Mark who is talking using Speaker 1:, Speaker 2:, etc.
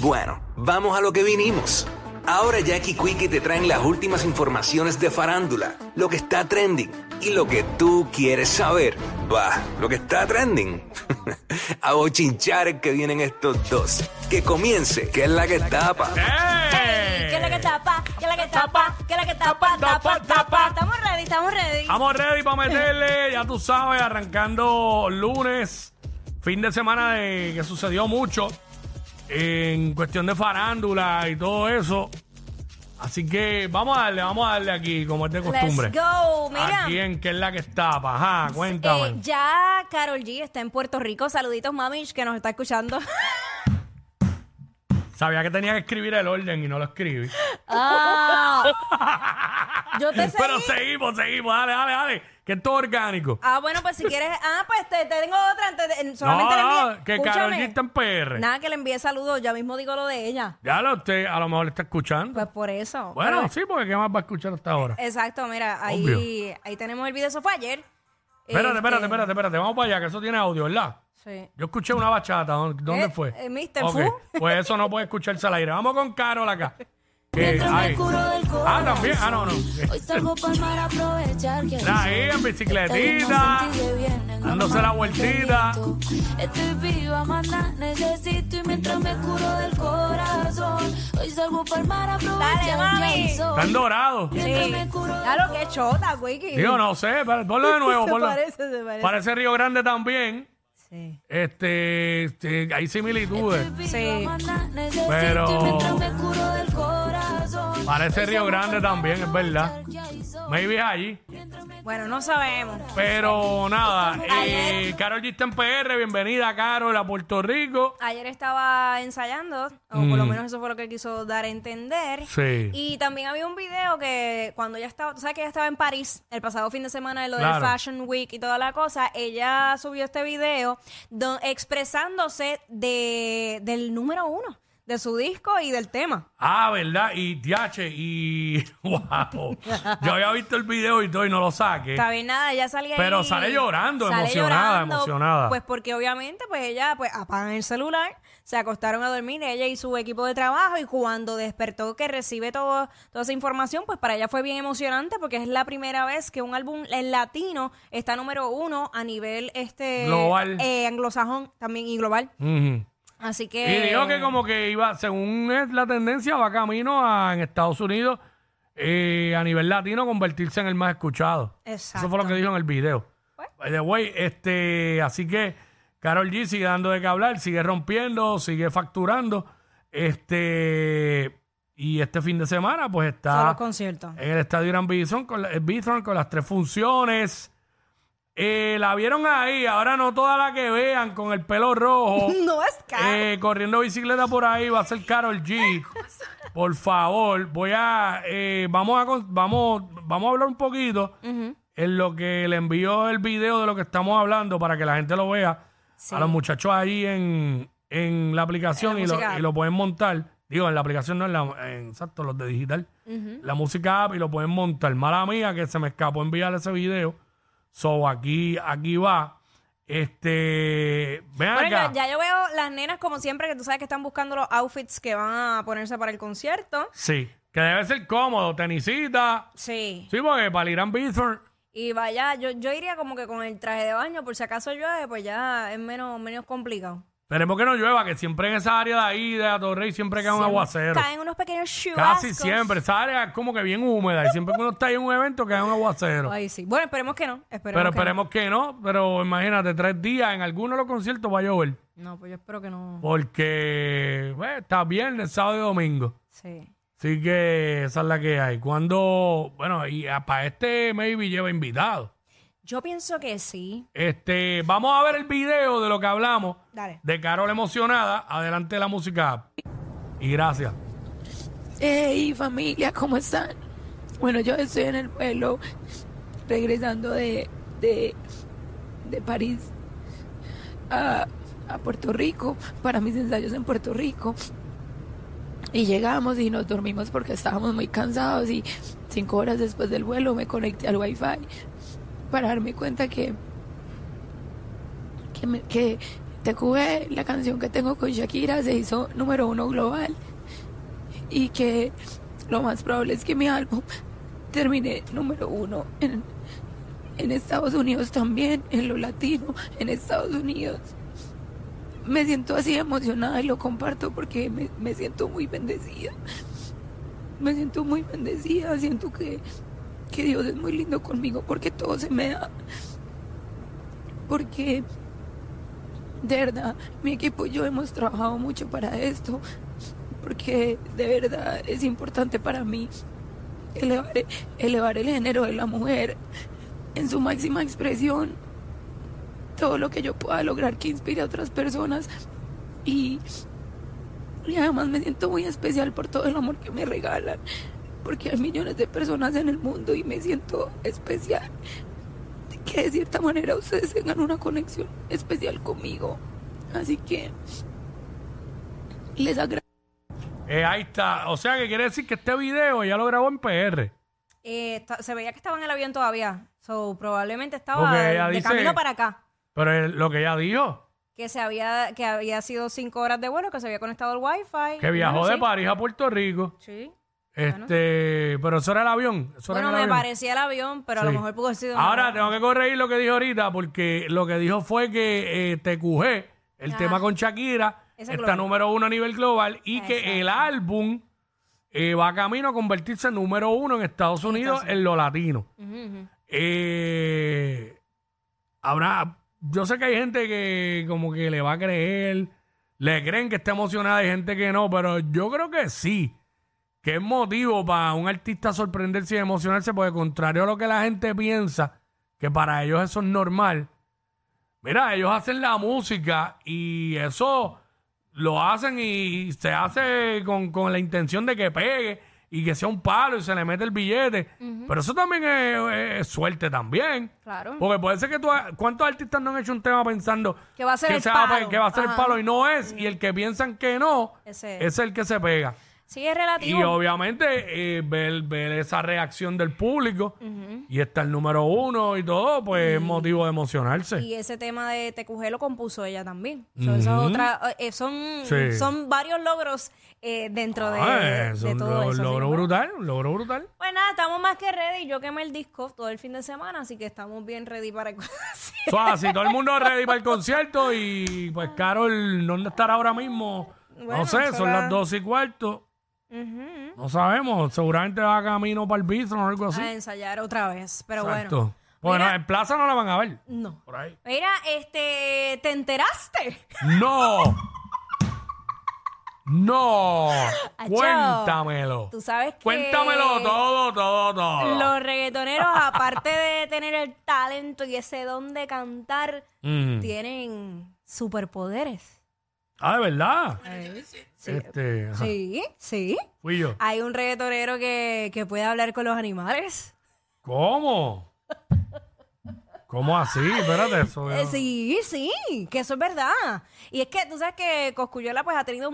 Speaker 1: Bueno, vamos a lo que vinimos. Ahora Jackie Quickie te traen las últimas informaciones de farándula, lo que está trending y lo que tú quieres saber. Va, lo que está trending. a bochinchar que vienen estos dos. Que comience, que es la que tapa.
Speaker 2: ¡Ey!
Speaker 3: ¿Qué es la que tapa? ¿Qué es la que tapa? ¿Qué es la que tapa? Tapa, tapa. Estamos ready, estamos ready.
Speaker 2: Estamos ready para meterle, ya tú sabes, arrancando lunes, fin de semana de que sucedió mucho en cuestión de farándula y todo eso. Así que vamos a darle, vamos a darle aquí, como es de costumbre.
Speaker 3: Let's go. Mira.
Speaker 2: Aquí en que es la que está, pa? ajá, cuéntame.
Speaker 3: Eh, ya Carol G está en Puerto Rico. Saluditos, mami, que nos está escuchando.
Speaker 2: Sabía que tenía que escribir el orden y no lo escribí.
Speaker 3: Ah. yo te
Speaker 2: Pero
Speaker 3: seguí.
Speaker 2: seguimos, seguimos, dale, dale, dale, que es todo orgánico.
Speaker 3: Ah, bueno, pues si quieres. Ah, pues te, te tengo otra. antes de- solamente le
Speaker 2: no,
Speaker 3: envié-
Speaker 2: no, que Carol
Speaker 3: Escúchame.
Speaker 2: G está en PR.
Speaker 3: Nada, que le envíe saludos. Ya mismo digo lo de ella.
Speaker 2: Ya lo usted a lo mejor está escuchando.
Speaker 3: Pues por eso.
Speaker 2: Bueno,
Speaker 3: Pero-
Speaker 2: sí, porque ¿qué más va a escuchar hasta ahora?
Speaker 3: Exacto, mira, ahí,
Speaker 2: Obvio.
Speaker 3: ahí tenemos el video. Eso fue ayer.
Speaker 2: Espérate,
Speaker 3: Este,
Speaker 2: espérate, espérate, espérate. Vamos para allá, que eso tiene audio, ¿verdad?
Speaker 3: Sí.
Speaker 2: Yo escuché una bachata. ¿dó- ¿Dónde
Speaker 3: Eh,
Speaker 2: fue?
Speaker 3: eh, Mr.
Speaker 2: Ok,
Speaker 3: Fu.
Speaker 2: Pues eso no puede escucharse al aire. Vamos con Carol acá. Que, ay. Ah, también. Ah, no, no.
Speaker 4: Hoy salgo para mar a aprovechar que
Speaker 2: Mira, ahí E en bicicletita. dándose la vueltita.
Speaker 4: Estoy viva, maná, necesito y mientras me curo del corazón. Hoy salgo para mar a
Speaker 3: Dale,
Speaker 4: aprovechar
Speaker 3: mami.
Speaker 4: que el sol.
Speaker 2: Están dorados.
Speaker 3: Sí. Ya lo que es chota, Wiki.
Speaker 2: Digo, no sé. espérate, Ponlo de nuevo.
Speaker 3: Se
Speaker 2: Ponlo.
Speaker 3: parece, se parece.
Speaker 2: Parece Río Grande también.
Speaker 3: Sí.
Speaker 2: Este, este, hay similitudes.
Speaker 4: Estoy
Speaker 3: Sí.
Speaker 4: viva, maná, necesito
Speaker 2: Pero-
Speaker 4: y mientras me curo del corazón.
Speaker 2: Parece
Speaker 4: Hoy
Speaker 2: Río
Speaker 4: salgo
Speaker 2: Grande
Speaker 4: pa'l mar a
Speaker 2: también, es verdad.
Speaker 4: aprovechar que hay sol.
Speaker 2: Maybe es allí.
Speaker 3: Bueno, no sabemos.
Speaker 2: Pero nada.
Speaker 3: Ayer-
Speaker 2: eh, Carol G está en PR. Bienvenida, Carol, a Puerto Rico.
Speaker 3: Ayer estaba ensayando, o por lo menos eso fue lo que quiso dar a entender.
Speaker 2: Mm. Sí.
Speaker 3: Y también había un video que cuando ella estaba, tú sabes que ella estaba en París el pasado fin de semana de lo
Speaker 2: Claro.
Speaker 3: del Fashion Week y toda la cosa, ella subió este video do- expresándose de, del número uno, de su disco y del tema.
Speaker 2: Ah, ¿verdad? Y Diache, y. ¡Wow! Yo había visto el video y todo y no lo saqué.
Speaker 3: Está bien, nada, ella salía
Speaker 2: Pero sale llorando, emocionada, emocionada.
Speaker 3: Pues porque obviamente, pues ella, pues apagan el celular, se acostaron a dormir ella y su equipo de trabajo y cuando despertó que recibe todo, toda esa información, pues para ella fue bien emocionante porque es la primera vez que un álbum en latino está número uno a nivel este
Speaker 2: Global.
Speaker 3: eh, anglosajón también y global.
Speaker 2: Ujú.
Speaker 3: Así que...
Speaker 2: Y dijo que como que iba, según es la tendencia, va camino a, en Estados Unidos eh, a nivel latino convertirse en el más escuchado. Eso fue lo que
Speaker 3: Exacto.
Speaker 2: dijo en el video.
Speaker 3: Pues.
Speaker 2: By the way, este, así que Carol G sigue dando de qué hablar, sigue rompiendo, sigue facturando. Este, y este fin de semana, pues está.
Speaker 3: Son los conciertos.
Speaker 2: en el estadio Irán Bison con, la- el Bithorn con las tres funciones. Eh, la vieron ahí, ahora no toda la que vean con el pelo rojo,
Speaker 3: No es caro.
Speaker 2: eh, corriendo bicicleta por ahí, va a ser Carol G. Por favor, voy a, eh, vamos a, con- vamos, vamos a hablar un poquito en lo que le envió el video de lo que estamos hablando para que la gente lo vea
Speaker 3: Sí.
Speaker 2: a los muchachos ahí en, en la aplicación
Speaker 3: En la
Speaker 2: y, lo,
Speaker 3: música.
Speaker 2: y lo pueden montar. Digo, en la aplicación no en la, en- exacto, los de digital. La música app y lo pueden montar. Mala mía que se me escapó enviar ese video. So, aquí, aquí va. Este, ven
Speaker 3: Bueno,
Speaker 2: acá.
Speaker 3: yo- ya yo veo las nenas como siempre que tú sabes que están buscando los outfits que van a ponerse para el concierto.
Speaker 2: Sí, que debe ser cómodo, tenisita.
Speaker 3: Sí.
Speaker 2: Sí, porque para el Irán Bithorn,
Speaker 3: Y vaya, yo, yo iría como que con el traje de baño, por si acaso llueve, pues ya es menos, menos complicado.
Speaker 2: esperemos que no llueva, que siempre en esa área de ahí, de Atorrey, siempre cae un aguacero.
Speaker 3: Caen unos pequeños chubascos.
Speaker 2: Casi siempre, esa área es como que bien húmeda y siempre que uno está ahí en un evento cae un aguacero.
Speaker 3: Ay, sí. Bueno, esperemos que no. Esperemos
Speaker 2: Pero
Speaker 3: que no.
Speaker 2: esperemos que no. Pero imagínate, tres días en alguno de los conciertos va a llover.
Speaker 3: no. pues yo espero que no.
Speaker 2: Porque pues, está viernes, sábado y domingo.
Speaker 3: Sí.
Speaker 2: Así que esa es la que hay. Cuando, bueno, y para este maybe lleva invitado.
Speaker 3: Yo pienso que sí.
Speaker 2: Este, vamos a ver el video de lo que hablamos
Speaker 3: Dale.
Speaker 2: de Carol emocionada. Adelante la música. Y gracias.
Speaker 5: Hey familia, ¿cómo están? Bueno, yo estoy en el pueblo regresando de, de, de París a, a Puerto Rico para mis ensayos en Puerto Rico. Y llegamos y nos dormimos porque estábamos muy cansados y cinco horas después del vuelo me conecté al wifi para darme cuenta que, que, me- que TQG, la canción que tengo con Shakira, se hizo número uno global. Y que lo más probable es que mi álbum termine número uno en, en Estados Unidos también, en lo latino, en Estados Unidos. Me siento así emocionada y lo comparto porque me, me siento muy bendecida. Me siento muy bendecida, siento que, que Dios es muy lindo conmigo porque todo se me da. Porque de verdad, mi equipo y yo hemos trabajado mucho para esto, porque de verdad es importante para mí elevar, elevar el género de la mujer en su máxima expresión. Todo lo que yo pueda lograr que inspire a otras personas. Y, y además me siento muy especial por todo el amor que me regalan, porque hay millones de personas en el mundo y me siento especial que de cierta manera ustedes tengan una conexión especial conmigo. Así que les agradezco.
Speaker 2: Eh, ahí está. O sea que quiere decir que este video ya lo grabó en PR.
Speaker 3: Eh, esta- se veía que estaba en el avión todavía. So, probablemente estaba
Speaker 2: Porque
Speaker 3: de
Speaker 2: ella dice-
Speaker 3: camino para acá.
Speaker 2: Pero es lo que ella dijo,
Speaker 3: Que se había, que había sido cinco horas de vuelo, que se había conectado al wifi.
Speaker 2: que viajó
Speaker 3: Bueno,
Speaker 2: de
Speaker 3: sí.
Speaker 2: París a Puerto Rico.
Speaker 3: Sí.
Speaker 2: Este, pero eso era el avión. Eso era en
Speaker 3: Bueno,
Speaker 2: el
Speaker 3: me
Speaker 2: avión.
Speaker 3: parecía el avión, pero a lo
Speaker 2: Sí.
Speaker 3: mejor pudo haber sido.
Speaker 2: Ahora tengo que corregir lo que dijo ahorita, porque lo que dijo fue que eh, TQG, el tema con Shakira,
Speaker 3: Ese
Speaker 2: está
Speaker 3: global.
Speaker 2: número uno a nivel global y que el álbum eh, va camino a convertirse en número uno en Estados Unidos en lo latino. Eh, habrá, yo sé que hay gente que como que le va a creer, le creen que está emocionada, hay gente que no, pero yo creo que sí que es motivo para un artista sorprenderse y emocionarse, porque contrario a lo que la gente piensa, que para ellos eso es normal. Mira, ellos hacen la música y eso lo hacen y se hace con, con la intención de que pegue y que sea un palo y se le mete el billete. Pero eso también es, es suerte también.
Speaker 3: Claro.
Speaker 2: Porque puede ser que tú... ha- ¿Cuántos artistas no han hecho un tema pensando
Speaker 3: Que va a ser el
Speaker 2: se va pe-
Speaker 3: palo.
Speaker 2: que va a ser el
Speaker 3: Ajá. Mm.
Speaker 2: palo y no es? Y el que piensan que no,
Speaker 3: Ese es.
Speaker 2: es el que se pega.
Speaker 3: Sí, es
Speaker 2: Y
Speaker 3: relativo.
Speaker 2: obviamente eh, ver, ver esa reacción del público y está el número uno y todo, pues es motivo de emocionarse.
Speaker 3: Y ese tema de TQG lo compuso ella también. So, eso es otra- eh, son,
Speaker 2: Sí.
Speaker 3: son varios logros eh, dentro de,
Speaker 2: Ah,
Speaker 3: de
Speaker 2: es un
Speaker 3: todo
Speaker 2: lo-
Speaker 3: eso. sí.
Speaker 2: logro brutal, un logro brutal.
Speaker 3: Pues nada, estamos más que ready. Yo quemé el disco todo el fin de semana, así que estamos bien ready para el concierto.
Speaker 2: So, así todo el mundo ready para el concierto y pues Carol, ¿dónde estará ahora mismo? no
Speaker 3: Bueno,
Speaker 2: sé, son
Speaker 3: será-
Speaker 2: las dos y cuarto. No sabemos, seguramente va camino para el bistro o algo así.
Speaker 3: a ensayar otra vez. Pero
Speaker 2: Exacto.
Speaker 3: bueno.
Speaker 2: Bueno,
Speaker 3: Mira-
Speaker 2: en plaza no la van a ver.
Speaker 3: No.
Speaker 2: Por ahí.
Speaker 3: Mira, este, ¿te enteraste?
Speaker 2: ¡No! ¡No!
Speaker 3: Achao.
Speaker 2: Cuéntamelo.
Speaker 3: Tú sabes que
Speaker 2: Cuéntamelo todo, todo, todo.
Speaker 3: Los reggaetoneros, aparte de tener el talento y ese don de cantar,
Speaker 2: Mm.
Speaker 3: tienen superpoderes.
Speaker 2: Ah, de verdad.
Speaker 3: Sí.
Speaker 2: Este, ajá,
Speaker 3: Sí, sí.
Speaker 2: fui yo.
Speaker 3: Hay un reggaetonero que, que puede hablar con los animales. Eh,
Speaker 2: ¿Cómo? ¿Cómo así? Espérate, eso.
Speaker 3: Eh,
Speaker 2: yo-
Speaker 3: sí, sí, que eso es verdad. Y es que tú sabes que Coscuyola pues ha tenido